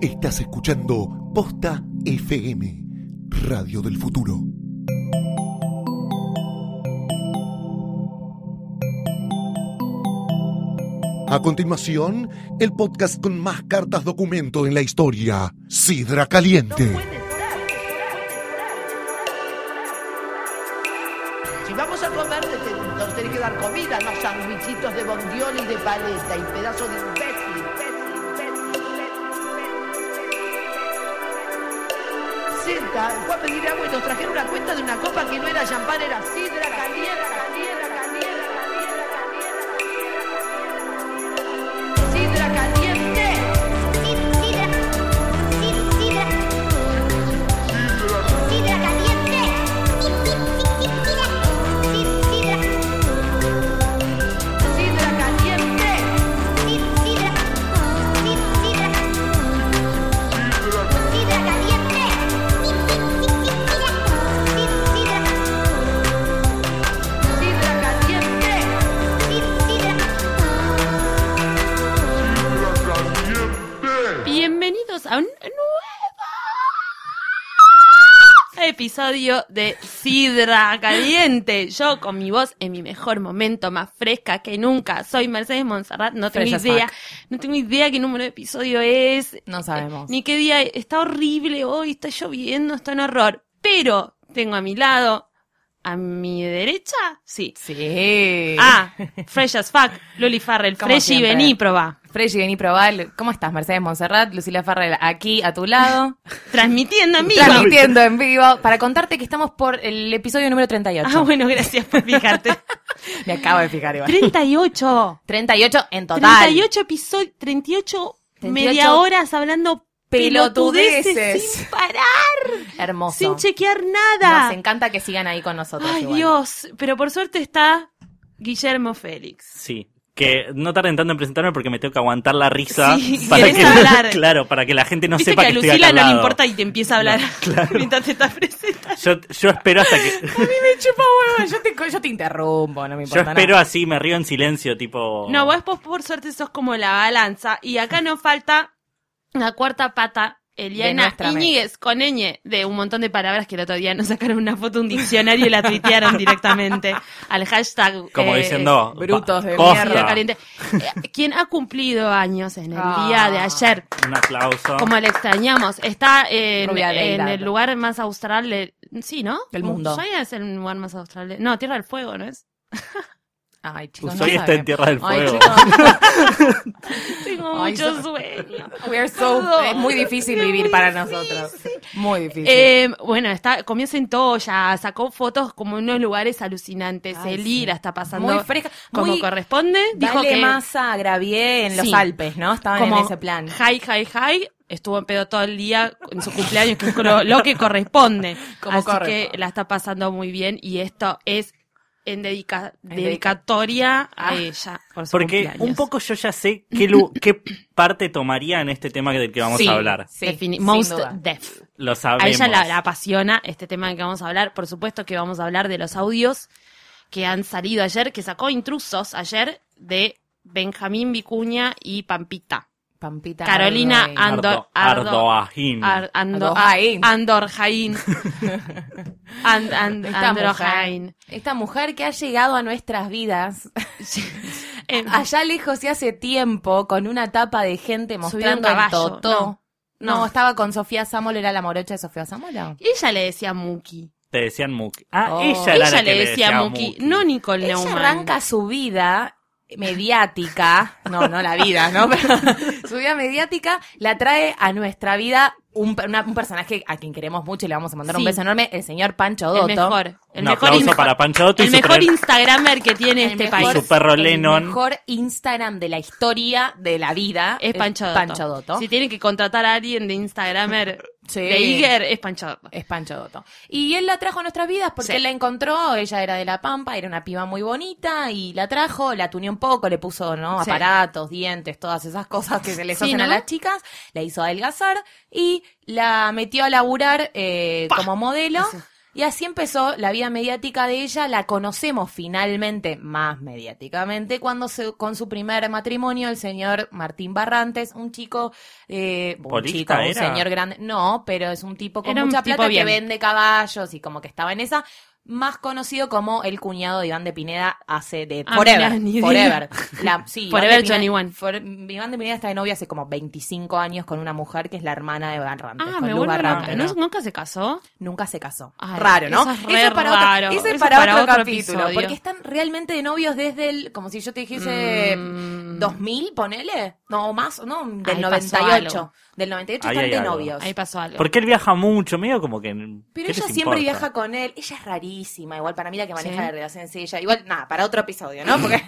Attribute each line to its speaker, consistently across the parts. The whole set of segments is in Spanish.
Speaker 1: Estás escuchando Posta FM, Radio del Futuro. A continuación, el podcast con más cartas documento en la historia, Sidra Caliente.
Speaker 2: Si vamos a comer, te- te- nos tenés que dar comida, no sandwichitos de bondiol y de paleta y pedazo de imbécil. Senta, fue a pedir agua y nos trajeron una cuenta de una copa que no era champán, era sidra caliente, caliente, caliente, caliente, caliente. Sidra caliente. Sidra caliente. Sidra caliente.
Speaker 3: Bienvenidos a un nuevo episodio de Sidra Caliente. Yo con mi voz en mi mejor momento, más fresca que nunca. Soy Mercedes Monserrat, no tengo
Speaker 4: Fresh as
Speaker 3: idea.
Speaker 4: fuck.
Speaker 3: No tengo idea qué número de episodio es. eh,
Speaker 4: No sabemos.
Speaker 3: Ni qué día. es. Está horrible hoy, está lloviendo, está un horror. Pero tengo a mi lado, a mi derecha, sí.
Speaker 4: Sí.
Speaker 3: Ah, Fresh as fuck, Loli Farrell,
Speaker 4: Como
Speaker 3: Fresh y
Speaker 4: siempre.
Speaker 3: vení, probá.
Speaker 4: Freshy, vení probar. ¿Cómo estás, Mercedes Monserrat? Lucila Farrell, aquí a tu lado.
Speaker 3: Transmitiendo en vivo.
Speaker 4: transmitiendo en vivo. Para contarte que estamos por el episodio número 38.
Speaker 3: Ah, bueno, gracias por fijarte.
Speaker 4: Me acabo de fijar igual.
Speaker 3: 38.
Speaker 4: 38 en total.
Speaker 3: 38 episodios, 38,
Speaker 4: 38
Speaker 3: media horas hablando pelotudeces,
Speaker 4: pelotudeces.
Speaker 3: sin parar,
Speaker 4: Hermoso.
Speaker 3: sin chequear nada.
Speaker 4: Nos encanta que sigan ahí con nosotros.
Speaker 3: Ay,
Speaker 4: igual.
Speaker 3: Dios, pero por suerte está Guillermo Félix.
Speaker 5: Sí. Que no tarden tanto en presentarme porque me tengo que aguantar la risa.
Speaker 3: Sí, querés hablar.
Speaker 5: Claro, para que la gente no
Speaker 3: Viste
Speaker 5: sepa
Speaker 3: que
Speaker 5: que,
Speaker 3: a
Speaker 5: estoy acá
Speaker 3: Lucila
Speaker 5: al
Speaker 3: no le
Speaker 5: lado.
Speaker 3: importa y te empieza a hablar
Speaker 5: No, claro.
Speaker 3: mientras te estás presentando.
Speaker 5: Yo, yo espero hasta que.
Speaker 4: A mí me chupa huevo. Yo te, yo te interrumpo, no me
Speaker 5: Yo
Speaker 4: importa. nada.
Speaker 5: espero así, me río en silencio, tipo.
Speaker 3: No, vos vos por suerte sos como la balanza y acá nos falta la cuarta pata. Eliana
Speaker 4: nuestra mesa.
Speaker 3: Iñiguez con ñ de un montón de palabras que el otro día nos sacaron una foto de un diccionario y la tuitearon directamente al hashtag
Speaker 5: Como
Speaker 3: eh,
Speaker 5: diciendo.
Speaker 4: brutos
Speaker 5: "Pa-
Speaker 4: de
Speaker 5: costa".
Speaker 3: Sidra Caliente. Eh, Quien ha cumplido años en el
Speaker 4: Ah.
Speaker 3: día de ayer,
Speaker 5: Un aplauso.
Speaker 3: como le extrañamos, está en,
Speaker 4: Rubia
Speaker 3: en
Speaker 4: Deidad.
Speaker 3: el lugar más austral de- Sí, ¿no?
Speaker 4: Del mundo.
Speaker 3: Ushuaia es el lugar más austral de- No, Tierra del Fuego, ¿no es?
Speaker 4: Ay, chicos.
Speaker 5: Ushuaia
Speaker 4: no
Speaker 5: está
Speaker 4: saben.
Speaker 5: en Tierra del
Speaker 4: Ay,
Speaker 5: Fuego.
Speaker 4: chicos.
Speaker 3: Tengo
Speaker 4: Ay,
Speaker 3: mucho
Speaker 4: so-
Speaker 3: sueño.
Speaker 4: We are so- es muy difícil
Speaker 3: Es
Speaker 4: vivir
Speaker 3: muy
Speaker 4: para
Speaker 3: difícil.
Speaker 4: nosotros. Muy difícil.
Speaker 3: Eh, bueno, está, comió centolla, sacó fotos como en unos lugares alucinantes.
Speaker 4: Ay,
Speaker 3: el
Speaker 4: sí.
Speaker 3: IRA está pasando
Speaker 4: muy fresca.
Speaker 3: como
Speaker 4: muy-
Speaker 3: corresponde. Dijo
Speaker 4: Dale
Speaker 3: que
Speaker 4: masa Gravier en los
Speaker 3: Sí.
Speaker 4: Alpes, ¿no? Estaban
Speaker 3: como
Speaker 4: en ese plan.
Speaker 3: Hi, hi, hi. Estuvo en pedo todo el día en su cumpleaños, que es lo, lo que corresponde.
Speaker 4: Como
Speaker 3: Así
Speaker 4: corresponde.
Speaker 3: que la está pasando muy bien y esto es en, dedica-
Speaker 4: En
Speaker 3: dedicatoria a
Speaker 4: Ah.
Speaker 3: ella. Por su
Speaker 5: Porque
Speaker 3: cumpleaños.
Speaker 5: un poco yo ya sé qué, lu- qué parte tomaría en este tema del que vamos
Speaker 3: Sí.
Speaker 5: a hablar.
Speaker 4: Sí,
Speaker 3: Defini-
Speaker 4: sin
Speaker 3: most
Speaker 4: duda.
Speaker 3: deaf.
Speaker 5: Lo
Speaker 3: A
Speaker 5: sabemos.
Speaker 3: ella la, la apasiona este tema del que vamos a hablar. Por supuesto que vamos a hablar de los audios que han salido ayer, que sacó intrusos ayer de Benjamín Vicuña y Pampita.
Speaker 4: Pampita
Speaker 3: Carolina
Speaker 4: Ardoy.
Speaker 3: An-
Speaker 5: Ardo,
Speaker 3: Ardo-
Speaker 5: Ardoajín.
Speaker 3: Ar- Ando- Ah,
Speaker 4: Andorjaín.
Speaker 3: Andorjaín. And- and-
Speaker 4: Esta
Speaker 3: Andorjaín.
Speaker 4: mujer, esta mujer que ha llegado a nuestras vidas
Speaker 3: Eh,
Speaker 4: allá lejos y hace tiempo con una tapa de gente
Speaker 3: Subió un
Speaker 4: mostrando el
Speaker 3: caballo,
Speaker 4: totó.
Speaker 3: no,
Speaker 4: No,
Speaker 3: no.
Speaker 4: estaba con Sofía Samola, era la morocha de Sofía Samola.
Speaker 3: Ella le decía Muki.
Speaker 5: Te decían Muki. Ah,
Speaker 4: Oh.
Speaker 5: ella era
Speaker 3: Ella
Speaker 5: la
Speaker 3: le
Speaker 5: que
Speaker 3: decía Muki, no Nicole
Speaker 4: Ella
Speaker 3: Neumann.
Speaker 4: arranca su vida mediática, no, no la vida, ¿no? Pero su vida mediática la trae a nuestra vida un, per- una- un personaje a quien queremos mucho y le vamos a mandar
Speaker 3: Sí.
Speaker 4: un beso enorme, el señor Pancho
Speaker 3: el
Speaker 4: Dotto.
Speaker 3: mejor. El
Speaker 5: Un
Speaker 3: mejor,
Speaker 5: aplauso
Speaker 3: insta-
Speaker 5: para Pancho Dotto y
Speaker 3: el
Speaker 5: su
Speaker 3: mejor
Speaker 5: pre-
Speaker 3: Instagramer que tiene
Speaker 4: El
Speaker 3: este
Speaker 4: mejor-
Speaker 5: Y
Speaker 3: país.
Speaker 5: su perro
Speaker 4: el
Speaker 5: Lennon.
Speaker 4: mejor Instagram de la historia de la vida
Speaker 3: Es Pancho Dotto.
Speaker 4: Pancho Dotto.
Speaker 3: Si tienen que contratar a alguien de Instagramer
Speaker 4: Sí.
Speaker 3: de Iger, es Pancho Dotto.
Speaker 4: Es Pancho Dotto. Y él la trajo a nuestras vidas porque
Speaker 3: Sí.
Speaker 4: él la encontró, ella era de La Pampa, era una piba muy bonita y la trajo, la tuneó un poco, le puso ¿no?
Speaker 3: Sí.
Speaker 4: aparatos, dientes, todas esas cosas que se les
Speaker 3: Sí,
Speaker 4: hacen a
Speaker 3: ¿no?
Speaker 4: las chicas, la hizo adelgazar y la metió a laburar eh, como modelo. Y así empezó la vida mediática de ella, la conocemos finalmente más mediáticamente cuando se, con su primer matrimonio el señor Martín Barrantes, un chico, eh, un
Speaker 5: ¿Política
Speaker 4: chico, un
Speaker 5: era?
Speaker 4: señor grande, no, pero es un tipo con
Speaker 3: Era un
Speaker 4: mucha
Speaker 3: tipo
Speaker 4: plata
Speaker 3: bien.
Speaker 4: que vende caballos y como que estaba en esa, más conocido como el cuñado de Iván de Pineda hace de
Speaker 3: Ah,
Speaker 4: forever,
Speaker 3: mirá, ni idea.
Speaker 4: forever. La- sí,
Speaker 3: Forever
Speaker 4: Iván de
Speaker 3: 21.
Speaker 4: Pineda- for- Iván de Pineda está de novia hace como 25 años con una mujer que es la hermana de Barrantes,
Speaker 3: Ah,
Speaker 4: con
Speaker 3: me
Speaker 4: Lu
Speaker 3: vuelve
Speaker 4: Barrantes.
Speaker 3: loca. ¿No- ¿Nunca se casó?
Speaker 4: Nunca se casó.
Speaker 3: Ay,
Speaker 4: raro, ¿no?
Speaker 3: eso es re raro.
Speaker 4: Otro, ese
Speaker 3: Eso
Speaker 4: es para,
Speaker 3: es para
Speaker 4: otro,
Speaker 3: otro
Speaker 4: capítulo.
Speaker 3: episodio.
Speaker 4: Porque están realmente de novios desde el, como si yo te dijese,
Speaker 3: Mm.
Speaker 4: 2000, ponele. No, más, no, del
Speaker 3: Ahí pasó
Speaker 4: 98.
Speaker 3: algo.
Speaker 4: Del 98
Speaker 5: Ahí
Speaker 4: están
Speaker 5: hay
Speaker 4: de
Speaker 5: algo.
Speaker 4: novios.
Speaker 3: Ahí pasó algo.
Speaker 5: Porque él viaja mucho, medio como que.
Speaker 4: Pero
Speaker 5: ¿qué
Speaker 4: ella
Speaker 5: les
Speaker 4: siempre
Speaker 5: importa?
Speaker 4: viaja con él. Ella es rarísima, igual para mí la que maneja
Speaker 3: Sí.
Speaker 4: la relación es ella. Igual, nada, para otro episodio, ¿no? Porque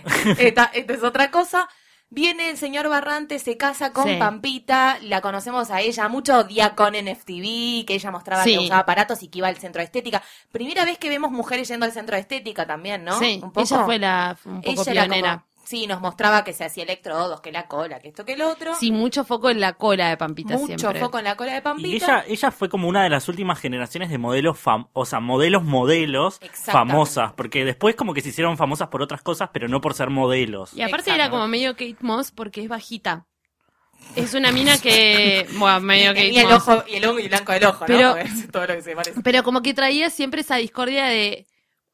Speaker 4: esta, esta es otra cosa. Viene el señor Barrante, se casa con
Speaker 3: Sí.
Speaker 4: Pampita, la conocemos a ella mucho, día con NFTV, que ella mostraba
Speaker 3: Sí.
Speaker 4: que usaba aparatos y que iba al centro de estética. Primera vez que vemos mujeres yendo al centro de estética también, ¿no?
Speaker 3: Sí,
Speaker 4: Un poco.
Speaker 3: ella fue la un poco
Speaker 4: Ella era
Speaker 3: pionera.
Speaker 4: como- sí, nos mostraba que se hacía electrodos, que la cola, que esto, que el otro.
Speaker 3: Sí, mucho foco en la cola de Pampita
Speaker 4: Mucho
Speaker 3: siempre.
Speaker 4: foco en la cola de Pampita.
Speaker 5: Y ella, ella fue como una de las últimas generaciones de modelos, fam o sea, modelos, modelos
Speaker 4: Exactamente.
Speaker 5: famosas. Porque después como que se hicieron famosas por otras cosas, pero no por ser modelos.
Speaker 3: Y aparte
Speaker 4: Exacto.
Speaker 3: era como medio Kate Moss porque es bajita. Es una mina que. Bueno, medio Kate
Speaker 4: Tenía el
Speaker 3: Moss.
Speaker 4: ojo y el hongo y blanco del ojo,
Speaker 3: Pero-
Speaker 4: ¿no? Porque es todo lo que se parece.
Speaker 3: Pero como que traía siempre esa discordia de.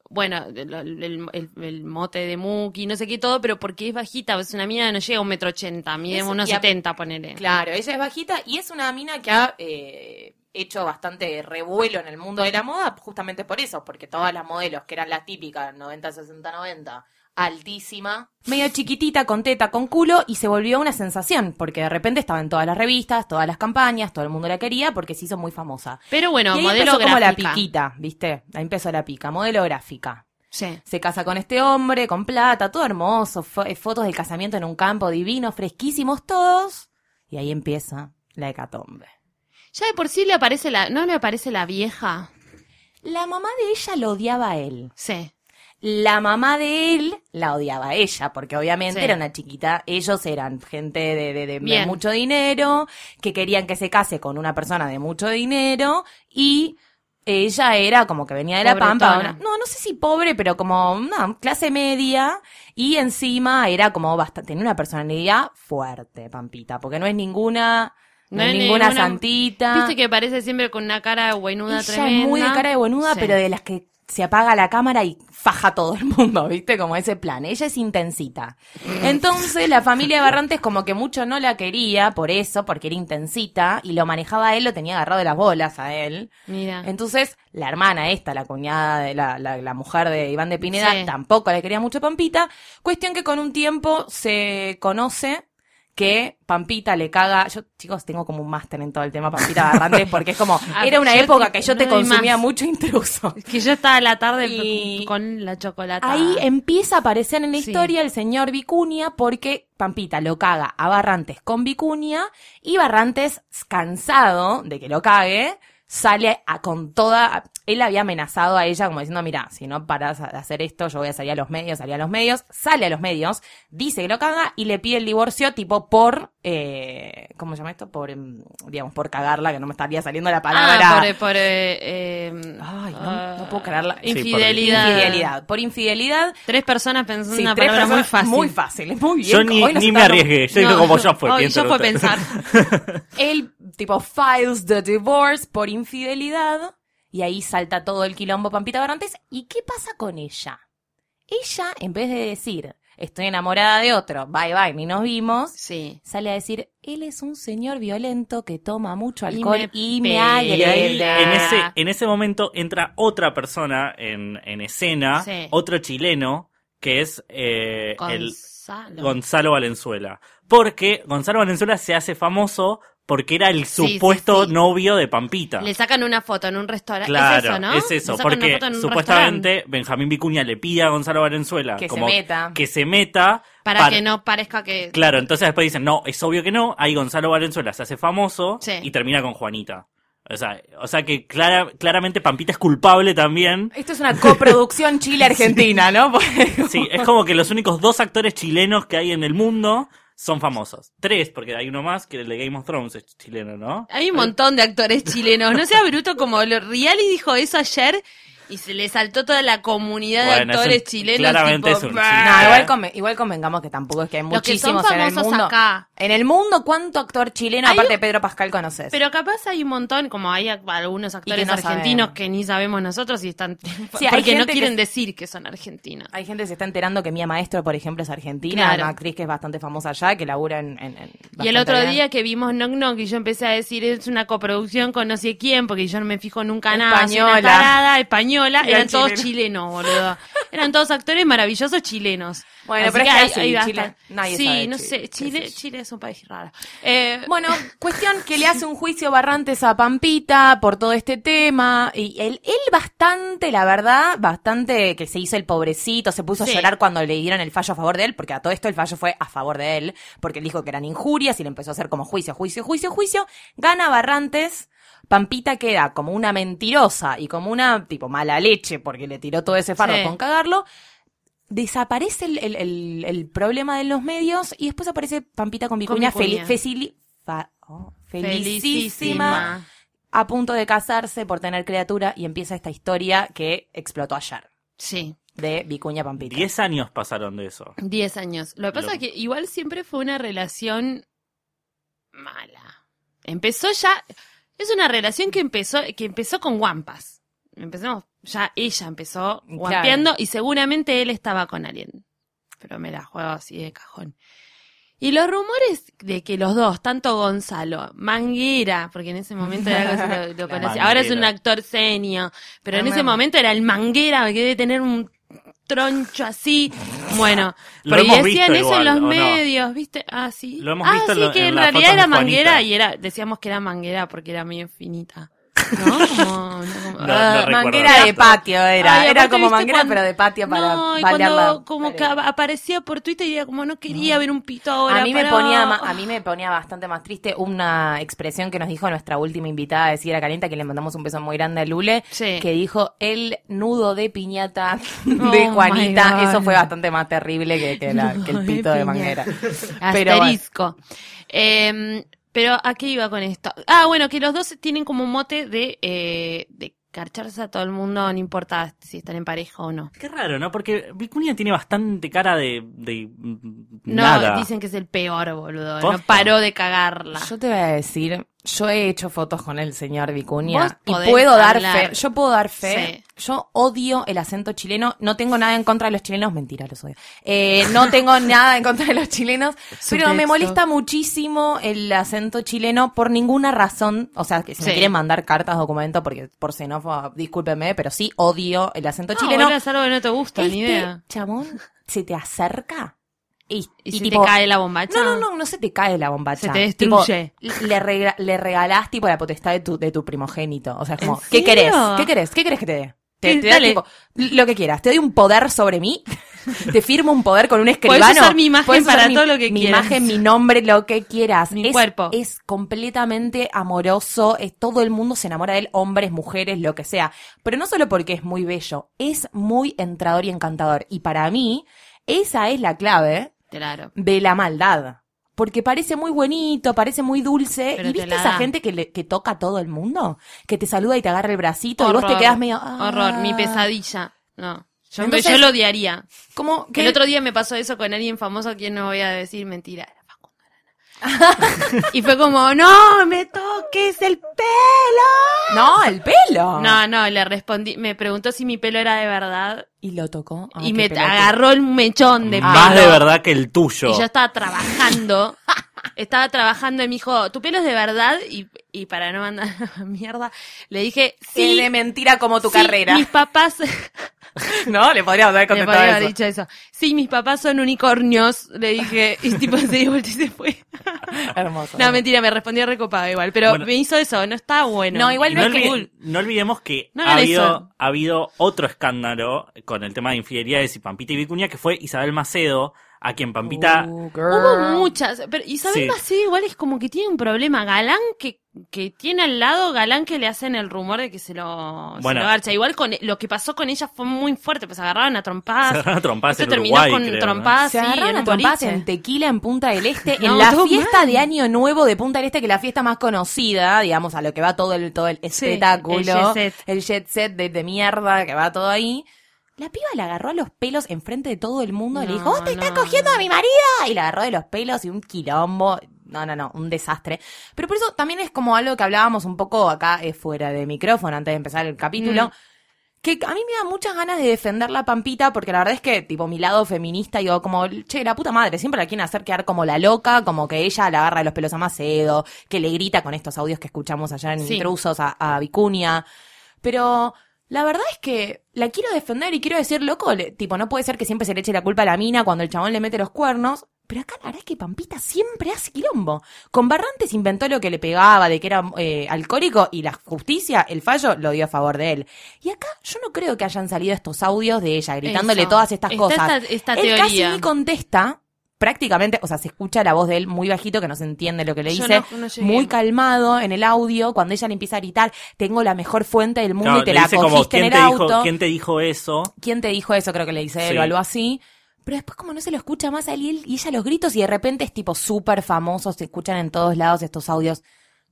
Speaker 3: Bueno, el, el- el- el mote de Muki, no sé qué todo, pero porque es bajita, es una mina que no llega a un metro ochenta, mide
Speaker 4: Es-
Speaker 3: unos
Speaker 4: y a-
Speaker 3: setenta, ponele.
Speaker 4: Claro, ella es bajita y es una mina que ha eh, hecho bastante revuelo en el mundo de la moda, justamente por eso, porque todas las modelos que eran las típicas 90, 60, 90, altísima, medio chiquitita, con teta, con culo, y se volvió una sensación, porque de repente estaba en todas las revistas, todas las campañas, todo el mundo la quería porque se hizo muy famosa.
Speaker 3: Pero bueno,
Speaker 4: y ahí
Speaker 3: modelo
Speaker 4: empezó como la
Speaker 3: gráfica.
Speaker 4: piquita, ¿viste? Ahí empezó la pica, modelo gráfica.
Speaker 3: Sí.
Speaker 4: Se casa con este hombre, con plata, todo hermoso, fo- eh, fotos del casamiento en un campo divino, fresquísimos todos. Y ahí empieza la hecatombe.
Speaker 3: Ya de por sí le aparece la. ¿No le aparece la vieja?
Speaker 4: La mamá de ella lo odiaba a él.
Speaker 3: Sí.
Speaker 4: La mamá de él la odiaba a ella, porque obviamente
Speaker 3: Sí.
Speaker 4: era una chiquita. Ellos eran gente de, de- de- de
Speaker 3: Bien.
Speaker 4: mucho dinero, que querían que se case con una persona de mucho dinero, y ella era como que venía de la
Speaker 3: Pobretona.
Speaker 4: pampa. una- No, no sé si pobre, pero como una clase media, y encima era como bastante, tenía una personalidad fuerte, Pampita, porque no es ninguna, no,
Speaker 3: No
Speaker 4: es
Speaker 3: es
Speaker 4: ninguna,
Speaker 3: ninguna-
Speaker 4: santita.
Speaker 3: Viste que parece siempre con una cara de buenuda
Speaker 4: Ella
Speaker 3: tremenda.
Speaker 4: es muy de cara de bonuda,
Speaker 3: Sí.
Speaker 4: pero de las que se apaga la cámara y faja a todo el mundo, ¿viste? Como ese plan. Ella es intensita. Entonces, la familia Barrantes como que mucho no la quería por eso, porque era intensita, y lo manejaba a él, lo tenía agarrado de las bolas a él.
Speaker 3: Mira.
Speaker 4: Entonces, la hermana esta, la cuñada de la, la- la mujer de Iván de Pineda,
Speaker 3: Sí.
Speaker 4: tampoco le quería mucho a Pampita. Cuestión que con un tiempo se conoce que Pampita le caga. Yo, chicos, tengo como un máster en todo el tema Pampita Barrantes, porque es como,
Speaker 3: Ah,
Speaker 4: era una
Speaker 3: yo
Speaker 4: época
Speaker 3: te-
Speaker 4: que yo te
Speaker 3: no doy
Speaker 4: consumía
Speaker 3: más.
Speaker 4: mucho intruso.
Speaker 3: Es que yo estaba a la tarde
Speaker 4: Y-
Speaker 3: con la chocolate.
Speaker 4: Ahí empieza a aparecer en la
Speaker 3: Sí.
Speaker 4: historia el señor Vicuña porque Pampita lo caga a Barrantes con Vicuña y Barrantes, cansado de que lo cague, sale a, con toda... Él había amenazado a ella como diciendo, mira, si no paras de hacer esto, yo voy a salir a los medios, salir a los medios, sale a los medios, dice que lo caga y le pide el divorcio tipo por... Eh, ¿Cómo se llama esto? Por, em, digamos, por cagarla, que no me estaría saliendo la palabra.
Speaker 3: Ah, por, por, eh, eh,
Speaker 4: Ay, no-
Speaker 3: ah,
Speaker 4: no puedo creerla. Sí,
Speaker 5: por-
Speaker 3: Infidelidad.
Speaker 4: Infidelidad. Por infidelidad
Speaker 3: Tres personas pensando
Speaker 4: Sí,
Speaker 3: una
Speaker 4: tres
Speaker 3: palabra muy
Speaker 4: personas-
Speaker 3: fácil.
Speaker 4: Muy fácil, es muy bien.
Speaker 5: Yo ni,
Speaker 4: Hoy nos
Speaker 5: ni me
Speaker 4: estamos-
Speaker 5: arriesgué, yo
Speaker 3: No,
Speaker 5: como yo fue.
Speaker 3: hoy
Speaker 5: pienso
Speaker 3: yo fue
Speaker 5: usted.
Speaker 3: pensar.
Speaker 4: Él, tipo, files the divorce por infidelidad. Y ahí salta todo el quilombo Pampita Barrantes. ¿Y qué pasa con ella? Ella, en vez de decir, estoy enamorada de otro, bye bye, ni nos vimos,
Speaker 3: Sí.
Speaker 4: sale a decir, él es un señor violento que toma mucho
Speaker 3: Y
Speaker 4: alcohol
Speaker 3: me
Speaker 4: y me,
Speaker 3: pega.
Speaker 5: Y ahí,
Speaker 4: agrede.
Speaker 5: en ese, en ese momento, entra otra persona en, en escena,
Speaker 3: Sí.
Speaker 5: otro chileno, que es eh, el
Speaker 3: Gonzalo.
Speaker 5: Gonzalo Valenzuela. Porque Gonzalo Valenzuela se hace famoso porque era el
Speaker 3: Sí, sí,
Speaker 5: supuesto
Speaker 3: sí.
Speaker 5: novio de Pampita.
Speaker 3: Le sacan una foto en un restaurante.
Speaker 5: Claro,
Speaker 3: es eso, ¿no?
Speaker 5: es
Speaker 3: Le
Speaker 5: eso,
Speaker 3: sacan una
Speaker 5: porque
Speaker 3: foto en un restaurante
Speaker 5: supuestamente Benjamín Vicuña le pide a Gonzalo Valenzuela
Speaker 4: Que se
Speaker 5: como
Speaker 4: meta.
Speaker 5: que se meta
Speaker 3: Para,
Speaker 5: para-
Speaker 3: que no parezca que.
Speaker 5: Claro, entonces después dicen, no, es obvio que no, ahí Gonzalo Valenzuela se hace famoso
Speaker 3: Sí.
Speaker 5: y termina con Juanita. O sea, o sea que clara- claramente Pampita es culpable también.
Speaker 4: Esto es una coproducción Chile-Argentina, ¿no? Porque-
Speaker 5: Sí, es como que los únicos dos actores chilenos que hay en el mundo son famosos. Tres, porque hay uno más que el de Game of Thrones es chileno, ¿no?
Speaker 3: Hay un montón de actores chilenos. No sea bruto como lo- Riali dijo eso ayer y se le saltó toda la comunidad
Speaker 5: Bueno,
Speaker 3: de
Speaker 5: es
Speaker 3: actores
Speaker 5: un-
Speaker 3: chilenos.
Speaker 5: claramente
Speaker 3: tipo,
Speaker 5: es un
Speaker 3: "Bah".
Speaker 5: chiste.
Speaker 4: No,
Speaker 5: Ah.
Speaker 4: igual, come- igual convengamos que tampoco es que hay
Speaker 3: Los que son
Speaker 4: muchísimos en el
Speaker 3: famosos
Speaker 4: mundo.
Speaker 3: acá.
Speaker 4: En el mundo, ¿cuánto actor chileno,
Speaker 3: Hay
Speaker 4: aparte
Speaker 3: un-
Speaker 4: de Pedro Pascal, conoces?
Speaker 3: Pero capaz hay un montón, como hay a- algunos actores
Speaker 4: no
Speaker 3: argentinos
Speaker 4: saben.
Speaker 3: que ni sabemos nosotros y están.
Speaker 4: hay
Speaker 3: porque no
Speaker 4: gente que
Speaker 3: quieren
Speaker 4: es-
Speaker 3: decir que son argentinos.
Speaker 4: Hay gente que se está enterando que Mía Maestro, por ejemplo, es argentina,
Speaker 3: Claro.
Speaker 4: una actriz que es bastante famosa allá, que labura en... en- en
Speaker 3: Y el
Speaker 4: bastante
Speaker 3: otro
Speaker 4: bien.
Speaker 3: día que vimos Knock Knock y yo empecé a decir es una coproducción con no sé quién, porque yo no me fijo nunca nada, soy una
Speaker 4: Española.
Speaker 3: tarada, española,
Speaker 4: Gran
Speaker 3: eran todos
Speaker 4: chileno.
Speaker 3: chilenos, boludo. Eran todos actores maravillosos chilenos.
Speaker 4: Bueno, pero es que así,
Speaker 3: basta.
Speaker 4: Chile- nadie
Speaker 3: Sí,
Speaker 4: sabe
Speaker 3: no
Speaker 4: Chile,
Speaker 3: sé,
Speaker 4: qué
Speaker 3: Chile,
Speaker 4: sé yo.
Speaker 3: Chile es un país raro. Eh,
Speaker 4: Bueno, cuestión que le hace un juicio Barrantes a Pampita por todo este tema. Y él, él bastante, la verdad, bastante que se hizo el pobrecito, se puso
Speaker 3: Sí.
Speaker 4: a llorar cuando le dieron el fallo a favor de él, porque a todo esto el fallo fue a favor de él, porque él dijo que eran injurias y le empezó a hacer como juicio, juicio, juicio, juicio. Gana Barrantes. Pampita queda como una mentirosa y como una tipo mala leche porque le tiró todo ese fardo
Speaker 3: Sí.
Speaker 4: con cagarlo. Desaparece el, el- el- el problema de los medios y después aparece Pampita con Vicuña,
Speaker 3: Vicuña.
Speaker 4: feliz Fecili- fa- oh, felicísima,
Speaker 3: felicísima.
Speaker 4: a punto de casarse por tener criatura y empieza esta historia que explotó ayer
Speaker 3: Sí,
Speaker 4: de Vicuña Pampita.
Speaker 5: Diez años pasaron de eso.
Speaker 3: 10 años. Lo que pasa
Speaker 5: Lo-
Speaker 3: es que igual siempre fue una relación mala. Empezó ya, es una relación que empezó, que empezó con guampas. Empezamos, ya ella empezó
Speaker 4: Claro.
Speaker 3: guampeando y seguramente él estaba con alguien. Pero me la juego así de cajón. Y los rumores de que los dos, tanto Gonzalo, Manguera, porque en ese momento era algo así, lo, lo
Speaker 5: La
Speaker 3: conocía, ahora es un
Speaker 5: Manguera.
Speaker 3: actor senio, pero en
Speaker 4: No me-
Speaker 3: ese momento era el Manguera, que debe tener un troncho así. Bueno,
Speaker 5: Lo
Speaker 3: pero y
Speaker 5: hemos
Speaker 3: decían
Speaker 5: visto
Speaker 3: eso en
Speaker 5: igual,
Speaker 3: los
Speaker 5: ¿o no?
Speaker 3: medios, ¿viste? Ah, sí.
Speaker 5: Lo hemos
Speaker 3: ah,
Speaker 5: visto en
Speaker 3: sí,
Speaker 5: lo-
Speaker 3: que
Speaker 5: en
Speaker 3: en,
Speaker 5: las
Speaker 3: realidad
Speaker 5: fotos
Speaker 3: era
Speaker 5: de Juanita.
Speaker 3: manguera y era, decíamos que era manguera porque era medio finita. ¿No? Como, no, como-
Speaker 5: No,
Speaker 3: ah,
Speaker 4: Ah,
Speaker 5: recuerdo
Speaker 4: manguera de
Speaker 5: esto.
Speaker 4: patio era,
Speaker 3: Ay,
Speaker 4: era
Speaker 3: aparte,
Speaker 4: como
Speaker 3: ¿viste
Speaker 4: manguera
Speaker 3: cuando-
Speaker 4: pero de patio para
Speaker 3: no, y
Speaker 4: balearla. Ah.
Speaker 3: cuando como que ab- aparecía por Twitter y era como no quería ver un pito ahora.
Speaker 4: A mí, me
Speaker 3: pará.
Speaker 4: ponía, ma- a mí me ponía bastante más triste una expresión que nos dijo nuestra última invitada de Sidra Calienta, que le mandamos un beso muy grande a Lule,
Speaker 3: Sí.
Speaker 4: que dijo el nudo de piñata de
Speaker 3: Oh, my
Speaker 4: Juanita.
Speaker 3: God.
Speaker 4: Eso fue bastante más terrible que, que la- que el
Speaker 3: Nudo de
Speaker 4: pito de
Speaker 3: piñata.
Speaker 4: manguera. Pero bueno.
Speaker 3: Asterisco. Eh, pero ¿a qué iba con esto? Ah, bueno, que los dos tienen como un mote de, eh, de carcharse a todo el mundo, no importa si están en pareja o no.
Speaker 5: Qué raro, ¿no? Porque Vicuña tiene bastante cara de, de mm,
Speaker 3: No,
Speaker 5: nada.
Speaker 3: dicen que es el peor, boludo. No
Speaker 5: Posta.
Speaker 3: paró de cagarla.
Speaker 4: Yo te voy a decir, yo he hecho fotos con el señor
Speaker 3: Vos
Speaker 4: Vicuña y
Speaker 3: podés
Speaker 4: puedo dar
Speaker 3: hablar.
Speaker 4: fe, yo puedo dar fe. Yo odio el acento chileno, no tengo nada en contra de los chilenos, mentira, los odio. Eh, no tengo nada en contra de los chilenos, pero me
Speaker 3: texto.
Speaker 4: molesta muchísimo el acento chileno por ninguna razón, o sea, que si
Speaker 3: Sí.
Speaker 4: me quieren mandar cartas, documentos porque por xenófobo, discúlpeme, pero sí odio el acento
Speaker 3: no,
Speaker 4: chileno.
Speaker 3: boludo, es algo que no te gusta,
Speaker 4: Este
Speaker 3: ni idea.
Speaker 4: chabón se te acerca y,
Speaker 3: Y,
Speaker 4: y
Speaker 3: si
Speaker 4: tipo,
Speaker 3: te cae la bombacha.
Speaker 4: no, no, no, no se te cae la bombacha.
Speaker 3: Se te destruye.
Speaker 4: Tipo, le, rega- le regalás tipo la potestad de tu, de tu primogénito. O sea, es como,
Speaker 3: ¿En serio?
Speaker 4: ¿qué querés? ¿Qué querés? ¿Qué querés que te dé? Te,
Speaker 3: Sí,
Speaker 4: te da,
Speaker 3: dale.
Speaker 4: tipo, lo que quieras. Te doy un poder sobre mí. Te firmo un poder con un escribano.
Speaker 3: usar mi imagen
Speaker 4: Podés usar
Speaker 3: para
Speaker 4: mi-
Speaker 3: todo lo que
Speaker 4: mi
Speaker 3: quieras.
Speaker 4: imagen, mi nombre, lo que quieras.
Speaker 3: Mi
Speaker 4: es,
Speaker 3: cuerpo.
Speaker 4: Es completamente amoroso. Es, todo el mundo se enamora de él. Hombres, mujeres, lo que sea. Pero no solo porque es muy bello. Es muy entrador y encantador. Y para mí, esa es la clave
Speaker 3: Claro.
Speaker 4: de la maldad. Porque parece muy buenito, parece muy dulce.
Speaker 3: Pero
Speaker 4: ¿Y
Speaker 3: te
Speaker 4: viste
Speaker 3: la
Speaker 4: esa
Speaker 3: da.
Speaker 4: gente que, le- que toca a todo el mundo? Que te saluda y te agarra el bracito y vos te
Speaker 3: Horror.
Speaker 4: quedas medio. "Ah".
Speaker 3: Horror, mi pesadilla. No. Yo,
Speaker 4: Entonces-
Speaker 3: yo lo odiaría.
Speaker 4: Como que
Speaker 3: El otro día me pasó eso con alguien famoso a quien no voy a decir mentira. Era Facundo Arana. y fue como, no, me toques el pelo.
Speaker 4: No, el
Speaker 5: Ah.
Speaker 4: pelo.
Speaker 3: No, no, le respondí, me preguntó si mi pelo era de verdad
Speaker 4: Y lo tocó. Ah,
Speaker 3: y
Speaker 4: qué
Speaker 3: me
Speaker 4: pelotudo.
Speaker 3: agarró el mechón de pelo.
Speaker 5: Mm. Más de verdad que el tuyo.
Speaker 3: Y yo estaba trabajando. Estaba trabajando y me dijo, tu pelo es de verdad. Y, y para no mandar a mierda, le dije, "Eh,
Speaker 4: Es
Speaker 3: sí.
Speaker 4: de mentira como tu
Speaker 3: sí,
Speaker 4: carrera.
Speaker 3: Mis papás.
Speaker 4: No, le podríamos
Speaker 3: Me
Speaker 4: haber contestado
Speaker 3: podría
Speaker 4: eso.
Speaker 3: haber dicho eso. Sí, mis papás son unicornios, le dije. Y tipo se dio vuelta y se fue.
Speaker 4: Hermoso.
Speaker 3: No, mentira, me respondió recopado igual. Pero
Speaker 5: Bueno.
Speaker 3: me hizo eso, no está bueno.
Speaker 4: No, igual
Speaker 5: no,
Speaker 4: no es que-
Speaker 5: olvide- no olvidemos que
Speaker 3: No
Speaker 5: ha,
Speaker 3: hagan
Speaker 5: habido,
Speaker 3: eso.
Speaker 5: ha habido otro escándalo con el tema de infidelidades y Pampita y Vicuña, que fue Isabel Macedo a quien Pampita...
Speaker 3: Uh.
Speaker 4: Oh, girl.
Speaker 3: Hubo muchas. Pero, y sabiendo
Speaker 5: Ah. Sí.
Speaker 3: así, igual es como que tiene un problema. Galán que, que tiene al lado, Galán que le hacen el rumor de que se lo, se
Speaker 5: Bueno.
Speaker 3: lo garcha. Igual con e, lo que pasó con ella fue muy fuerte, pues agarraron a
Speaker 5: Se
Speaker 3: trompadas.
Speaker 5: agarraron a trompadas
Speaker 3: Esto
Speaker 5: en
Speaker 3: terminó
Speaker 5: Uruguay,
Speaker 3: con
Speaker 5: creo, ¿no?
Speaker 3: trompadas
Speaker 4: Se
Speaker 3: sí,
Speaker 4: agarraron
Speaker 3: en
Speaker 4: a
Speaker 3: un
Speaker 4: trompadas
Speaker 3: boliche.
Speaker 4: en Tequila, en Punta del Este,
Speaker 3: No,
Speaker 4: en la
Speaker 3: todo
Speaker 4: fiesta
Speaker 3: mal.
Speaker 4: de Año Nuevo de Punta del Este, que es la fiesta más conocida, digamos, a lo que va todo el, todo el espectáculo,
Speaker 3: el jet set.
Speaker 4: el jet set de, de mierda que va todo ahí. La piba la agarró a los pelos enfrente de todo el mundo, le
Speaker 3: No,
Speaker 4: dijo, ¡Oh, te está
Speaker 3: no,
Speaker 4: cogiendo
Speaker 3: no.
Speaker 4: a mi marido! Y la agarró de los pelos y un quilombo. No, no, no, un desastre. Pero por eso también es como algo que hablábamos un poco acá eh, fuera de micrófono antes de empezar el capítulo.
Speaker 3: Mm.
Speaker 4: Que a mí me da muchas ganas de defender la Pampita, porque la verdad es que, tipo, mi lado feminista, digo, como, che, la puta madre, siempre la quieren hacer quedar como la loca, como que ella la agarra de los pelos a Macedo, que le grita con estos audios que escuchamos allá en
Speaker 3: Sí.
Speaker 4: Intrusos a, a Vicuña. Pero la verdad es que la quiero defender y quiero decir, loco, le- tipo, no puede ser que siempre se le eche la culpa a la mina cuando el chabón le mete los cuernos. Pero acá la verdad es que Pampita siempre hace quilombo. Con Barrantes inventó lo que le pegaba, de que era eh, alcohólico, y la justicia, el fallo, lo dio a favor de él. Y acá yo no creo que hayan salido estos audios de ella gritándole
Speaker 3: Eso.
Speaker 4: todas estas
Speaker 3: Está
Speaker 4: cosas.
Speaker 3: Esta, esta
Speaker 4: él casi
Speaker 3: teoría.
Speaker 4: ni contesta, prácticamente, o sea, se escucha la voz de él muy bajito, que no se entiende lo que le
Speaker 3: Yo
Speaker 4: dice.
Speaker 3: no- no llegué.
Speaker 4: muy calmado en el audio, cuando ella le empieza a gritar, tengo la mejor fuente del mundo
Speaker 5: Claro,
Speaker 4: y te
Speaker 5: le
Speaker 4: la
Speaker 5: dice
Speaker 4: cogiste
Speaker 5: como,
Speaker 4: en
Speaker 5: ¿quién
Speaker 4: el
Speaker 5: te,
Speaker 4: auto.
Speaker 5: dijo, ¿quién te dijo eso?
Speaker 4: ¿Quién te dijo eso? Creo que le dice él
Speaker 5: Sí.
Speaker 4: o algo así. Pero después como no se lo escucha más a él y, él- y ella los gritos y de repente es tipo súper famoso, se escuchan en todos lados estos audios.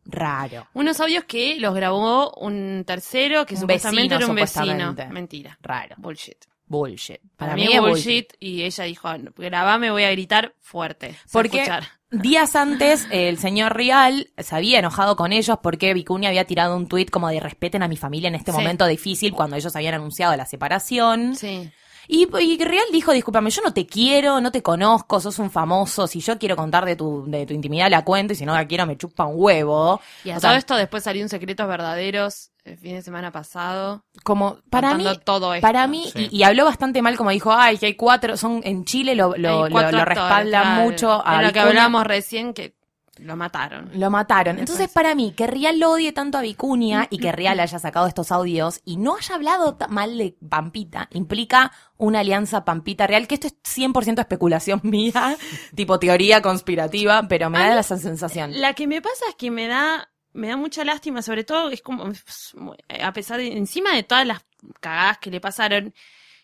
Speaker 4: Raro,
Speaker 3: Unos audios que los grabó un tercero que
Speaker 4: Un
Speaker 3: supuestamente
Speaker 4: vecino,
Speaker 3: era un
Speaker 4: supuestamente.
Speaker 3: vecino. Mentira.
Speaker 4: raro.
Speaker 3: Bullshit.
Speaker 4: Bullshit.
Speaker 3: Para, mí, es bullshit. Y ella dijo, "Ah, no, grabame, voy a gritar fuerte. Se
Speaker 4: Porque
Speaker 3: escuchar.
Speaker 4: Días antes, el señor Rial se había enojado con ellos porque Vicuña había tirado un tuit como de respeten a mi familia en este
Speaker 3: Sí.
Speaker 4: momento difícil cuando ellos habían anunciado la separación.
Speaker 3: Sí.
Speaker 4: Y, y Rial dijo, discúlpame, yo no te quiero, no te conozco, sos un famoso, si yo quiero contar de tu, de tu intimidad la cuento y si no la quiero me chupa un huevo.
Speaker 3: Y a
Speaker 4: O
Speaker 3: todo
Speaker 4: sea,
Speaker 3: esto después salió un Secretos Verdaderos el fin de semana pasado.
Speaker 4: como para mí,
Speaker 3: contando todo esto.
Speaker 4: para mí,
Speaker 5: Sí.
Speaker 4: y, y habló bastante mal como dijo, ay, que hay cuatro, son en Chile lo, lo,
Speaker 3: Hay cuatro
Speaker 4: lo- lo
Speaker 3: actores,
Speaker 4: respaldan
Speaker 3: claro.
Speaker 4: mucho.
Speaker 3: Era lo que
Speaker 4: Vicuña.
Speaker 3: hablábamos recién que lo mataron.
Speaker 4: Lo mataron.
Speaker 3: Me
Speaker 4: Entonces,
Speaker 3: parece.
Speaker 4: para mí, que Rial lo odie tanto a
Speaker 3: Mm,
Speaker 4: Vicuña y que Rial haya sacado estos audios y no haya hablado ta- mal de Pampita, implica una alianza Pampita-Real, que esto es 100% especulación mía, tipo teoría conspirativa, pero me
Speaker 3: A
Speaker 4: da
Speaker 3: mí-
Speaker 4: esa sensación.
Speaker 3: La que me pasa es que me da me da mucha lástima, sobre todo es como a pesar de encima de todas las cagadas que le pasaron,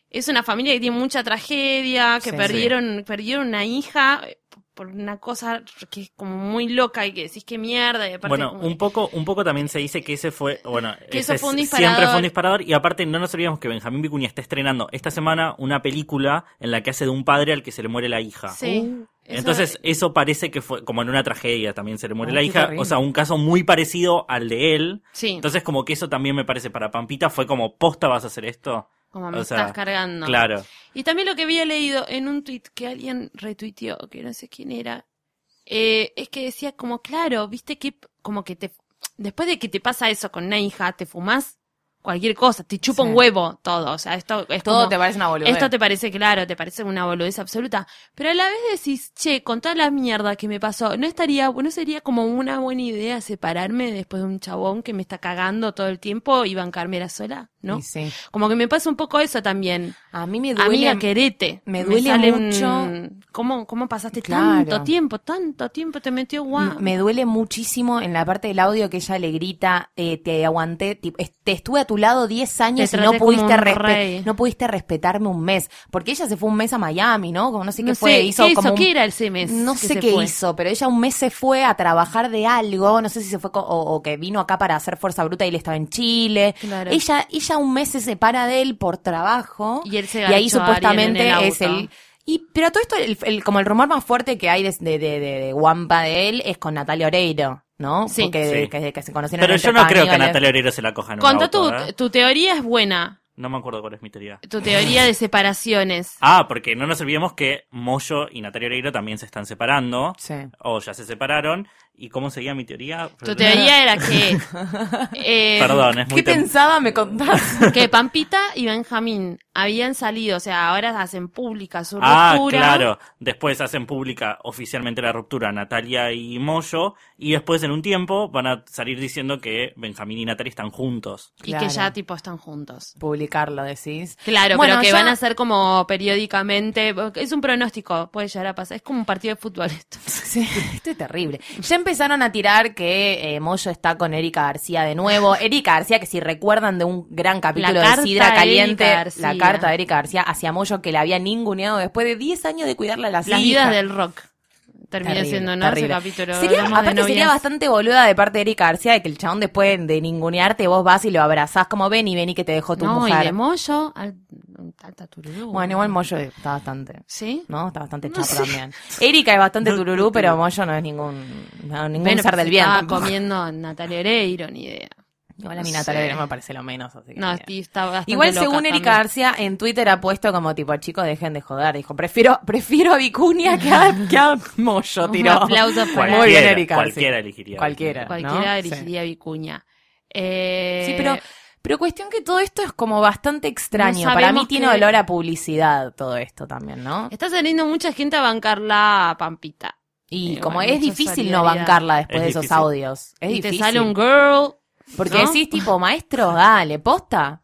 Speaker 3: es una familia que tiene mucha tragedia, que
Speaker 4: Sí,
Speaker 3: perdieron perdieron una hija eh, por una cosa que es como muy loca y que decís que mierda y aparte
Speaker 5: Bueno,
Speaker 3: como-
Speaker 5: un poco, un poco también se dice que ese fue, bueno,
Speaker 3: Que
Speaker 5: ese
Speaker 3: eso fue un
Speaker 5: es-
Speaker 3: disparador.
Speaker 5: siempre fue un disparador y aparte no nos olvidemos que Benjamín Vicuña está estrenando esta semana una película en la que hace de un padre al que se le muere la hija.
Speaker 3: sí, eso-
Speaker 5: Uh. Entonces eso parece que fue como en una tragedia también se le muere
Speaker 4: Ay,
Speaker 5: la
Speaker 4: qué
Speaker 5: hija,
Speaker 4: terrible.
Speaker 5: o sea, un caso muy parecido al de él.
Speaker 3: sí,
Speaker 5: Entonces como que eso también me parece para Pampita fue como posta vas a hacer esto.
Speaker 3: como me
Speaker 5: o sea,
Speaker 3: estás cargando.
Speaker 5: Claro.
Speaker 3: Y también lo que había leído en un tweet que alguien retuiteó, que no sé quién era, eh, es que decía como, claro, viste que como que te después de que te pasa eso con una hija, te fumas cualquier cosa, te chupa
Speaker 4: Sí.
Speaker 3: un huevo todo, o sea, esto es
Speaker 4: Todo
Speaker 3: como-
Speaker 4: te parece una boludez.
Speaker 3: esto te parece claro, te parece una boludez absoluta, pero a la vez decís, che, con toda la mierda que me pasó, no estaría, no sería como una buena idea separarme después de un chabón que me está cagando todo el tiempo y bancarme la sola, ¿no?
Speaker 4: Y sí.
Speaker 3: Como que me pasa un poco eso también.
Speaker 4: A mí me duele.
Speaker 3: Amiga, querete.
Speaker 4: me duele
Speaker 3: sale
Speaker 4: mucho.
Speaker 3: un- ¿Cómo, ¿Cómo pasaste
Speaker 4: Claro.
Speaker 3: tanto tiempo, tanto tiempo? Te metió guau.
Speaker 4: Me duele muchísimo en la parte del audio que ella le grita, eh, te aguanté, tipo, es- te estuve a tu lado 10 años y
Speaker 3: Te
Speaker 4: no
Speaker 3: traté como
Speaker 4: pudiste,
Speaker 3: un
Speaker 4: respe-
Speaker 3: rey.
Speaker 4: no pudiste respetarme un mes. Porque ella se fue un mes a Miami, ¿no? Como no sé qué
Speaker 3: No
Speaker 4: fue,
Speaker 3: sé,
Speaker 4: hizo
Speaker 3: ¿qué
Speaker 4: como un-
Speaker 3: ¿Qué era ese mes?
Speaker 4: No
Speaker 3: que
Speaker 4: sé
Speaker 3: se
Speaker 4: qué
Speaker 3: fue?
Speaker 4: hizo, pero ella un mes se fue a trabajar de algo, no sé si se fue co- o, o que vino acá para hacer fuerza bruta y él estaba en Chile.
Speaker 3: Claro.
Speaker 4: Ella, ella un mes se separa de él por trabajo
Speaker 3: Y él se
Speaker 4: ahí
Speaker 3: garchó a Ariel
Speaker 4: supuestamente
Speaker 3: en el
Speaker 4: es
Speaker 3: auto.
Speaker 4: el... Y, pero todo esto, el- el- como el rumor más fuerte que hay de, de, de, de- de Guampa de él es con Natalia Oreiro, ¿no?
Speaker 3: Sí.
Speaker 4: Porque de-
Speaker 5: Sí.
Speaker 4: Que, que se conocieron
Speaker 5: Pero
Speaker 4: entre
Speaker 5: yo no creo que a
Speaker 4: caníbales.
Speaker 5: Natalia Oreiro se la coja en un
Speaker 3: Contá
Speaker 5: auto,
Speaker 3: tu,
Speaker 5: ¿eh?
Speaker 3: tu teoría es buena.
Speaker 5: No me acuerdo cuál es mi teoría.
Speaker 3: Tu teoría de separaciones.
Speaker 5: Ah, porque no nos olvidemos que Moyo y Natalia Oreiro también se están separando.
Speaker 4: Sí.
Speaker 5: o ya se separaron ¿Y cómo seguía mi teoría?
Speaker 3: Tu teoría era que. eh,
Speaker 5: Ah, Perdón, es
Speaker 4: ¿Qué
Speaker 5: muy tem-
Speaker 4: pensaba me contás?
Speaker 3: Que Pampita y Benjamín habían salido, o sea, ahora hacen pública su
Speaker 5: Ah,
Speaker 3: ruptura.
Speaker 5: claro. Después hacen pública oficialmente la ruptura Natalia y Moyo. Y después, en un tiempo, van a salir diciendo que Benjamín y Natalia están juntos.
Speaker 3: Y
Speaker 4: Claro.
Speaker 3: que ya, tipo, están juntos.
Speaker 4: Publicarlo, decís.
Speaker 3: Claro,
Speaker 4: Bueno,
Speaker 3: pero que
Speaker 4: ya-
Speaker 3: van a ser como periódicamente. Es un pronóstico, puede llegar a pasar. Es como un partido de fútbol esto.
Speaker 4: Sí, esto es terrible. Ya empezaron a tirar que eh, Moyo está con Erika García de nuevo. Erika García, que si recuerdan de un gran capítulo
Speaker 3: La
Speaker 4: de
Speaker 3: carta
Speaker 4: Sidra
Speaker 3: de
Speaker 4: Caliente,
Speaker 3: Erika García.
Speaker 4: la carta de Erika García hacia Moyo, que la había ninguneado después de 10 años de cuidarla a las
Speaker 3: Las
Speaker 4: hijas.
Speaker 3: vidas del rock. Termina
Speaker 4: Terrible,
Speaker 3: siendo, ¿no? Ese
Speaker 4: terrible.
Speaker 3: capítulo.
Speaker 4: Sería,
Speaker 3: hablamos de
Speaker 4: aparte sería
Speaker 3: novias.
Speaker 4: bastante boluda de parte de Erika García de que el chabón después de ningunearte vos vas y lo abrazás como ven y ven y que te dejó tu
Speaker 3: No, y de
Speaker 4: mujer.
Speaker 3: Moyo, al, al Taturú.
Speaker 4: Bueno, igual Moyo está bastante,
Speaker 3: ¿Sí?
Speaker 4: ¿no? Está bastante
Speaker 3: No
Speaker 4: chapa
Speaker 3: sé.
Speaker 4: también. Erika es bastante tururú, pero Moyo no es ningún, no, ningún
Speaker 3: Bueno,
Speaker 4: ser
Speaker 3: pues
Speaker 4: del bien.
Speaker 3: Estaba
Speaker 4: tampoco.
Speaker 3: comiendo a Natalia Oreiro, ni idea.
Speaker 4: Igual a
Speaker 3: No
Speaker 4: mi Natalia
Speaker 3: sé.
Speaker 4: Oreiro me parece lo menos. así que
Speaker 3: No,
Speaker 4: bien.
Speaker 3: Steve estaba bastante
Speaker 4: Igual
Speaker 3: loca
Speaker 4: según Erika
Speaker 3: también.
Speaker 4: García en Twitter ha puesto como tipo, chicos, dejen de joder. Dijo, prefiero, prefiero a Vicuña que a, que a Moyo,
Speaker 3: Un
Speaker 4: tiró.
Speaker 3: aplauso para-
Speaker 4: Muy bien,
Speaker 5: Cualquiera,
Speaker 4: Erika. García.
Speaker 5: cualquiera elegiría.
Speaker 4: Cualquiera. ¿no?
Speaker 3: Cualquiera
Speaker 4: Sí.
Speaker 3: elegiría Vicuña. Eh,
Speaker 4: Sí, pero, pero cuestión que todo esto es como bastante extraño.
Speaker 3: No
Speaker 4: Para mí
Speaker 3: sabemos
Speaker 4: tiene
Speaker 3: qué-
Speaker 4: olor a publicidad todo esto también, ¿no?
Speaker 3: Está saliendo mucha gente a bancarla a Pampita.
Speaker 4: Y
Speaker 3: Eh,
Speaker 4: como
Speaker 3: bueno,
Speaker 4: es
Speaker 3: mucha
Speaker 4: difícil no
Speaker 3: solidaridad.
Speaker 4: bancarla después
Speaker 5: Es
Speaker 4: de esos
Speaker 5: difícil.
Speaker 4: audios. Es
Speaker 3: y
Speaker 4: difícil.
Speaker 3: te sale un girl.
Speaker 4: Porque
Speaker 3: ¿no?
Speaker 4: decís tipo, maestro, dale, posta.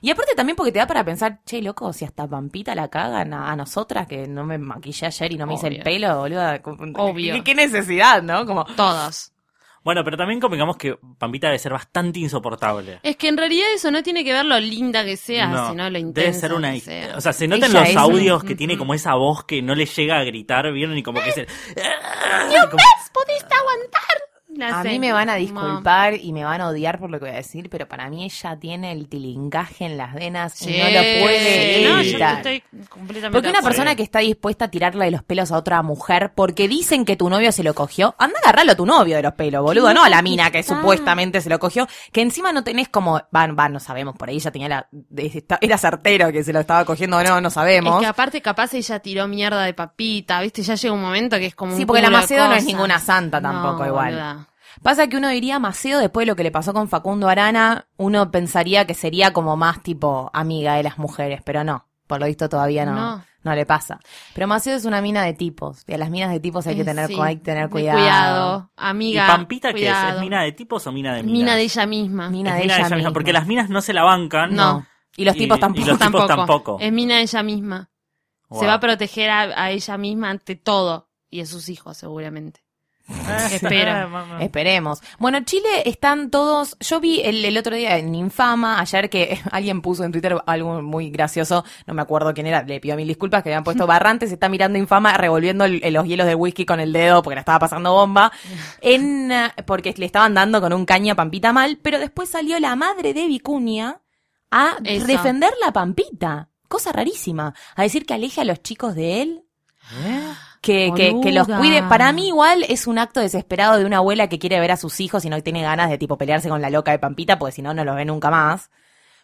Speaker 4: Y aparte también porque te da para pensar, che, loco, si hasta Pampita la cagan a, a nosotras, que no me maquillé ayer y no me hice el
Speaker 3: Obvio.
Speaker 4: pelo, boluda.
Speaker 3: Obvio.
Speaker 4: ¿Qué, qué necesidad, ¿no? Como,
Speaker 3: Todos.
Speaker 5: Bueno, pero también convengamos que Pampita debe ser bastante insoportable.
Speaker 3: Es que en realidad eso no tiene que ver lo linda que sea,
Speaker 5: No,
Speaker 3: sino ah, lo intensa
Speaker 5: Debe ser una.
Speaker 3: que sea.
Speaker 5: O sea, se notan
Speaker 4: Ella
Speaker 5: los
Speaker 4: es
Speaker 5: audios
Speaker 3: un-
Speaker 5: que tiene como esa voz que no le llega a gritar, ¿vieron? Y como que se. como-
Speaker 3: ¿Pudiste aguantar? La
Speaker 4: a
Speaker 3: sé.
Speaker 4: mí me van a
Speaker 3: No.
Speaker 4: disculpar y me van a odiar por lo que voy a decir, pero para mí ella tiene el tilingaje en las venas y
Speaker 3: Sí.
Speaker 4: no lo puede
Speaker 3: No, yo
Speaker 4: evitar.
Speaker 3: estoy completamente
Speaker 4: Porque
Speaker 3: de
Speaker 4: una
Speaker 3: acuerdo.
Speaker 4: persona que está dispuesta a tirarle de los pelos a otra mujer porque dicen que tu novio se lo cogió, anda a agarrarlo a tu novio de los pelos, boludo,
Speaker 3: Qué
Speaker 4: no a la mina que
Speaker 3: está.
Speaker 4: supuestamente se lo cogió, que encima no tenés como, van, van, no sabemos, por ahí ya tenía la, de- esta- era certero que se lo estaba cogiendo o no, no
Speaker 3: Es
Speaker 4: sabemos.
Speaker 3: que aparte capaz ella tiró mierda de papita, ¿viste? Ya llega un momento que es como un
Speaker 4: Sí, porque la
Speaker 3: cúmulo de
Speaker 4: Macedo no es
Speaker 3: cosas.
Speaker 4: ninguna santa tampoco
Speaker 3: No,
Speaker 4: igual.
Speaker 3: boluda.
Speaker 4: Pasa que uno diría Maceo después de lo que le pasó con Facundo Arana, uno pensaría que sería como más tipo amiga de las mujeres, pero no. Por lo visto todavía no, no.
Speaker 3: No.
Speaker 4: le pasa. Pero Maceo es una mina de tipos. Y a las minas de tipos hay que
Speaker 3: Eh,
Speaker 4: tener,
Speaker 3: sí.
Speaker 4: hay que tener
Speaker 3: De
Speaker 4: cuidado.
Speaker 3: Cuidado,
Speaker 5: ¿Y
Speaker 3: amiga.
Speaker 5: Pampita qué es? ¿Es
Speaker 3: cuidado.
Speaker 5: mina de tipos o mina de minas?
Speaker 3: Mina de ella misma.
Speaker 4: Mina-
Speaker 5: Es
Speaker 4: de
Speaker 5: mina
Speaker 4: ella
Speaker 5: misma,
Speaker 4: misma.
Speaker 5: Porque las minas no se la bancan.
Speaker 4: No.
Speaker 3: No.
Speaker 4: Y los
Speaker 5: Y-
Speaker 4: tipos
Speaker 5: y
Speaker 4: tampoco.
Speaker 5: los- tipos tampoco.
Speaker 3: Es mina de ella misma.
Speaker 5: Wow.
Speaker 3: Se va a proteger a, a ella misma ante todo y a sus hijos seguramente.
Speaker 5: Ah, sí.
Speaker 3: Espera.
Speaker 5: Ah, mamá.
Speaker 4: Esperemos. Bueno, Chile están todos. Yo vi el, el otro día en Infama, ayer que alguien puso en Twitter algo muy gracioso, no me acuerdo quién era, le pido mil disculpas que habían puesto Barrantes, está mirando Infama revolviendo el- los hielos de whisky con el dedo porque la estaba pasando bomba, en, eh, porque le estaban dando con un caña a Pampita mal, pero después salió la madre de Vicuña a
Speaker 3: Eso.
Speaker 4: defender la Pampita. Cosa rarísima. A decir que aleje a los chicos de él. Que, que, que los
Speaker 3: Boluda.
Speaker 4: cuide. Para mí igual es un acto desesperado de una abuela que quiere ver a sus hijos y no tiene ganas de tipo pelearse con la loca de Pampita, porque si no, no los ve nunca más.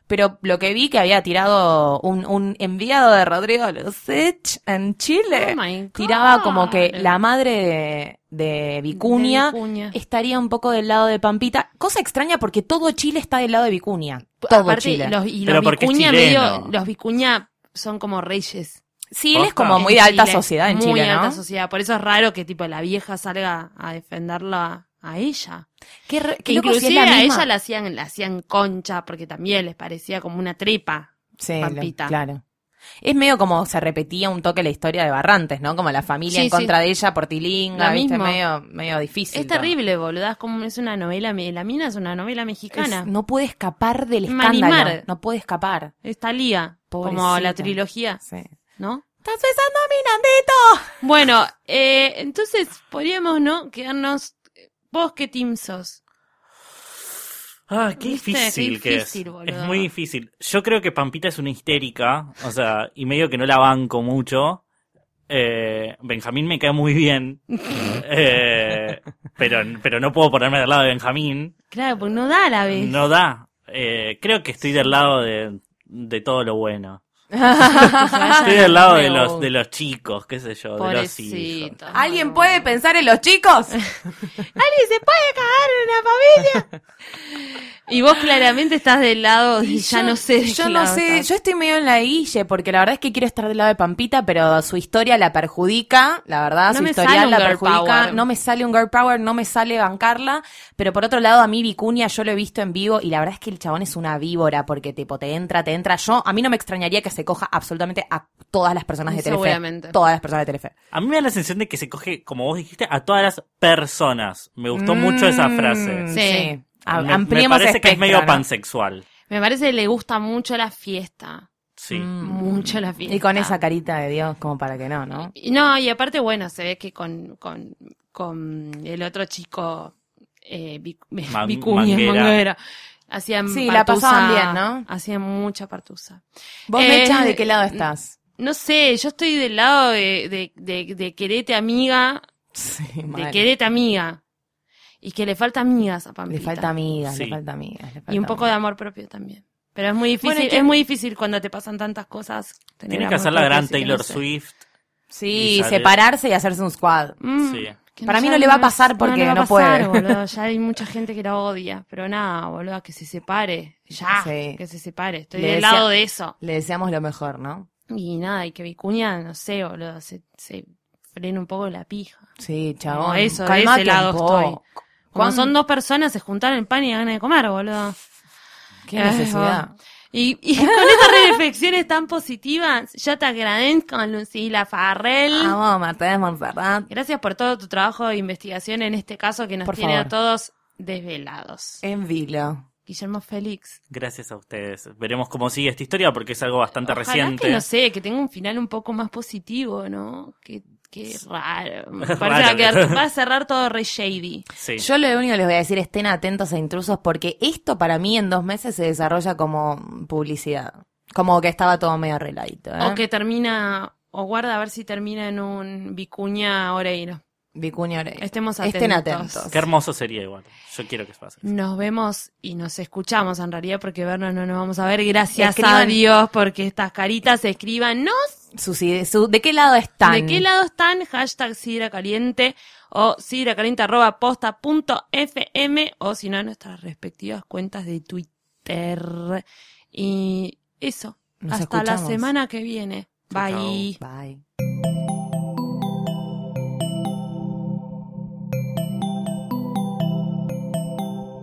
Speaker 4: Pero lo que vi que había tirado un, un enviado de Rodrigo Lucich en Chile.
Speaker 3: Oh my God.
Speaker 4: Este, tiraba como que la madre de, de Vicuña
Speaker 3: De Vicuña.
Speaker 4: estaría un poco del lado de Pampita. Cosa extraña porque todo Chile está del lado de Vicuña. Todo
Speaker 3: Aparte,
Speaker 4: Chile.
Speaker 3: Los, y
Speaker 5: Pero
Speaker 3: los
Speaker 5: porque es
Speaker 3: vicuña
Speaker 5: chileno.
Speaker 3: medio- los vicuña son como reyes.
Speaker 4: Sí, él es
Speaker 5: Posta.
Speaker 4: como muy de
Speaker 3: en
Speaker 4: alta
Speaker 3: Chile.
Speaker 4: sociedad en
Speaker 3: Muy
Speaker 4: Chile,
Speaker 3: de
Speaker 4: ¿no?
Speaker 3: alta sociedad. Por eso es raro que tipo la vieja salga a defenderla a ella.
Speaker 4: Qué re- qué
Speaker 3: Que
Speaker 4: loco, si es
Speaker 3: inclusive
Speaker 4: la
Speaker 3: a
Speaker 4: misma.
Speaker 3: ella la hacían, la hacían concha porque también les parecía como una trepa.
Speaker 4: Sí, le-
Speaker 3: Pampita.
Speaker 4: claro. Es medio como se repetía un toque la historia de Barrantes, ¿no? Como la familia
Speaker 3: Sí, sí.
Speaker 4: en contra de ella por Tilinga,
Speaker 3: Lo
Speaker 4: ¿viste?
Speaker 3: mismo.
Speaker 4: Medio, medio difícil.
Speaker 3: es
Speaker 4: todo.
Speaker 3: terrible, boluda. Es como es una novela, me- la mina es una novela
Speaker 4: Es-
Speaker 3: mexicana.
Speaker 4: no puede escapar del escándalo.
Speaker 3: Marimar.
Speaker 4: No puede escapar.
Speaker 3: Está Lía, como
Speaker 4: Pobrecita.
Speaker 3: la trilogía,
Speaker 4: Sí.
Speaker 3: ¿no?
Speaker 4: ¡Estás besando a mi Nandito!
Speaker 3: Bueno, eh, entonces podríamos, ¿no? Quedarnos. ¿Vos qué team sos?
Speaker 5: Ah, qué
Speaker 3: Viste, qué
Speaker 5: difícil que
Speaker 3: difícil,
Speaker 5: es.
Speaker 3: boludo.
Speaker 5: Es muy difícil. Yo creo que Pampita es una histérica, o sea, y medio que no la banco mucho. Eh, Benjamín me cae muy bien, Eh, pero, pero no puedo ponerme del lado de Benjamín.
Speaker 3: Claro, porque no da a la vez.
Speaker 5: No da. Eh, creo que estoy del lado de, de todo lo bueno. Estoy al lado de los, de los chicos, qué sé yo, de los
Speaker 3: Ah,
Speaker 5: hijos.
Speaker 3: Pobrecito.
Speaker 4: ¿Alguien puede pensar en los chicos?
Speaker 3: ¿Alguien se puede cagar en una familia? y vos claramente estás del lado y,
Speaker 4: Y
Speaker 3: ya
Speaker 4: yo-
Speaker 3: no sé. de
Speaker 4: Yo
Speaker 3: qué
Speaker 4: no
Speaker 3: lado
Speaker 4: sé,
Speaker 3: estás.
Speaker 4: yo estoy medio en la guille, porque la verdad es que quiero estar del lado de Pampita, pero su historia la perjudica, la verdad,
Speaker 3: No
Speaker 4: su
Speaker 3: me
Speaker 4: historial
Speaker 3: sale un
Speaker 4: la
Speaker 3: girl
Speaker 4: perjudica.
Speaker 3: power.
Speaker 4: No me sale un girl power, no me sale bancarla, pero por otro lado, a mí Vicuña yo lo he visto en vivo y la verdad es que el chabón es una víbora, porque tipo, te entra, te entra. Yo, a mí no me extrañaría que se coja absolutamente a todas las personas de Telefe.
Speaker 3: Seguramente.
Speaker 4: Todas las personas de Telefe.
Speaker 5: A mí me da la sensación de que se coge, como vos dijiste, a todas las personas. Me gustó mucho esa frase.
Speaker 4: Mm,
Speaker 3: Sí.
Speaker 4: A-
Speaker 5: Me- me,
Speaker 4: ampliemos este
Speaker 5: parece que es
Speaker 4: espectro,
Speaker 5: medio
Speaker 4: ¿no?
Speaker 5: pansexual.
Speaker 3: Me parece que le gusta mucho la fiesta.
Speaker 5: Sí.
Speaker 4: Mm.
Speaker 3: Mucho la fiesta.
Speaker 4: Y con esa carita de Dios, como para que no, ¿no?
Speaker 3: Y No, y aparte, bueno, se ve que con, con, con el otro chico, eh, Vic-
Speaker 5: Man-
Speaker 3: Vicuña,
Speaker 5: Manguera.
Speaker 3: Manguera, hacían
Speaker 4: Sí, la
Speaker 3: partusa,
Speaker 4: pasaban bien, ¿no?
Speaker 3: Hacían mucha partusa.
Speaker 4: ¿Vos,
Speaker 3: Eh,
Speaker 4: Mecha, de qué lado estás?
Speaker 3: No sé, yo estoy del lado de, de, de, de querete amiga,
Speaker 4: Sí,
Speaker 3: de
Speaker 4: mal.
Speaker 3: querete amiga. Y que le falta amigas a Pampita.
Speaker 4: Le falta amigas, le
Speaker 5: Sí.
Speaker 4: falta amigas. le falta
Speaker 3: Y un poco de
Speaker 4: amigas.
Speaker 3: amor propio también. Pero es muy difícil,
Speaker 4: Bueno, ¿y quién-
Speaker 3: es muy difícil cuando te pasan tantas cosas. tener
Speaker 5: Tiene que
Speaker 3: amor
Speaker 5: hacer la
Speaker 3: propio,
Speaker 5: gran
Speaker 3: así que no
Speaker 5: Taylor
Speaker 3: sé.
Speaker 5: Swift.
Speaker 4: Sí,
Speaker 5: Y sale-
Speaker 4: separarse y hacerse un squad.
Speaker 3: Mm,
Speaker 5: Sí.
Speaker 3: que
Speaker 4: Para mí
Speaker 3: ya
Speaker 4: no le va a
Speaker 3: es-
Speaker 4: pasar porque
Speaker 3: le va a
Speaker 4: no puede.
Speaker 3: boludo. Ya hay mucha gente que la odia. Pero nada, boludo, que se separe. Ya,
Speaker 4: Sí.
Speaker 3: que se separe. Estoy
Speaker 4: Le
Speaker 3: del
Speaker 4: decía-
Speaker 3: lado de eso.
Speaker 4: Le deseamos lo mejor, ¿no?
Speaker 3: Y nada, y que Vicuña, no sé, boludo, se, se frena un poco la pija.
Speaker 4: Sí, chabón.
Speaker 3: No, eso, de
Speaker 4: Calmate
Speaker 3: ese lado
Speaker 4: un poco.
Speaker 3: estoy. Cuando
Speaker 4: ¿Cuán-
Speaker 3: son dos personas, se juntaron el pan y ganan de comer, boludo.
Speaker 4: Qué
Speaker 3: Ay,
Speaker 4: necesidad.
Speaker 3: Y, y con estas reflexiones tan positivas, yo te agradezco, Lucila Farrell.
Speaker 4: Vamos, Marta de Montserrat.
Speaker 3: Gracias por todo tu trabajo de investigación en este caso que nos
Speaker 4: Por
Speaker 3: tiene
Speaker 4: favor. Eh.
Speaker 3: a todos desvelados.
Speaker 4: En vilo.
Speaker 3: Guillermo Félix.
Speaker 5: Gracias a ustedes. Veremos cómo sigue esta historia porque es algo bastante
Speaker 3: Ojalá
Speaker 5: reciente.
Speaker 3: que no sé, que tenga un final un poco más positivo, ¿no? Qué, qué raro. Me
Speaker 5: Es
Speaker 3: Parece
Speaker 5: raro.
Speaker 3: que va a quedar- va a cerrar todo re shady.
Speaker 5: Sí.
Speaker 4: Yo lo único que les voy a decir, estén atentos a intrusos porque esto para mí en dos meses se desarrolla como publicidad. Como que estaba todo medio arregladito.
Speaker 5: Ah.
Speaker 4: ¿eh?
Speaker 3: O que termina, o guarda a ver si termina en un Vicuña Oreiro.
Speaker 4: Vicuña Orey.
Speaker 3: Estemos atentos.
Speaker 4: Estén atentos.
Speaker 5: Qué hermoso sería igual. Yo quiero que pase.
Speaker 3: Nos vemos y nos escuchamos en realidad porque vernos no nos vamos a ver. Gracias a
Speaker 4: Escriban.
Speaker 3: Dios porque estas caritas escriban. No
Speaker 4: Sus ide- su- ¿De qué lado están?
Speaker 3: ¿De qué lado están? Hashtag Sidra Caliente o sidracaliente.posta.fm o si no, en nuestras respectivas cuentas de Twitter. Y eso.
Speaker 4: Nos
Speaker 3: hasta la
Speaker 4: escuchamos.
Speaker 3: semana que viene.
Speaker 5: Chau,
Speaker 3: Bye.
Speaker 5: chau.
Speaker 4: Bye.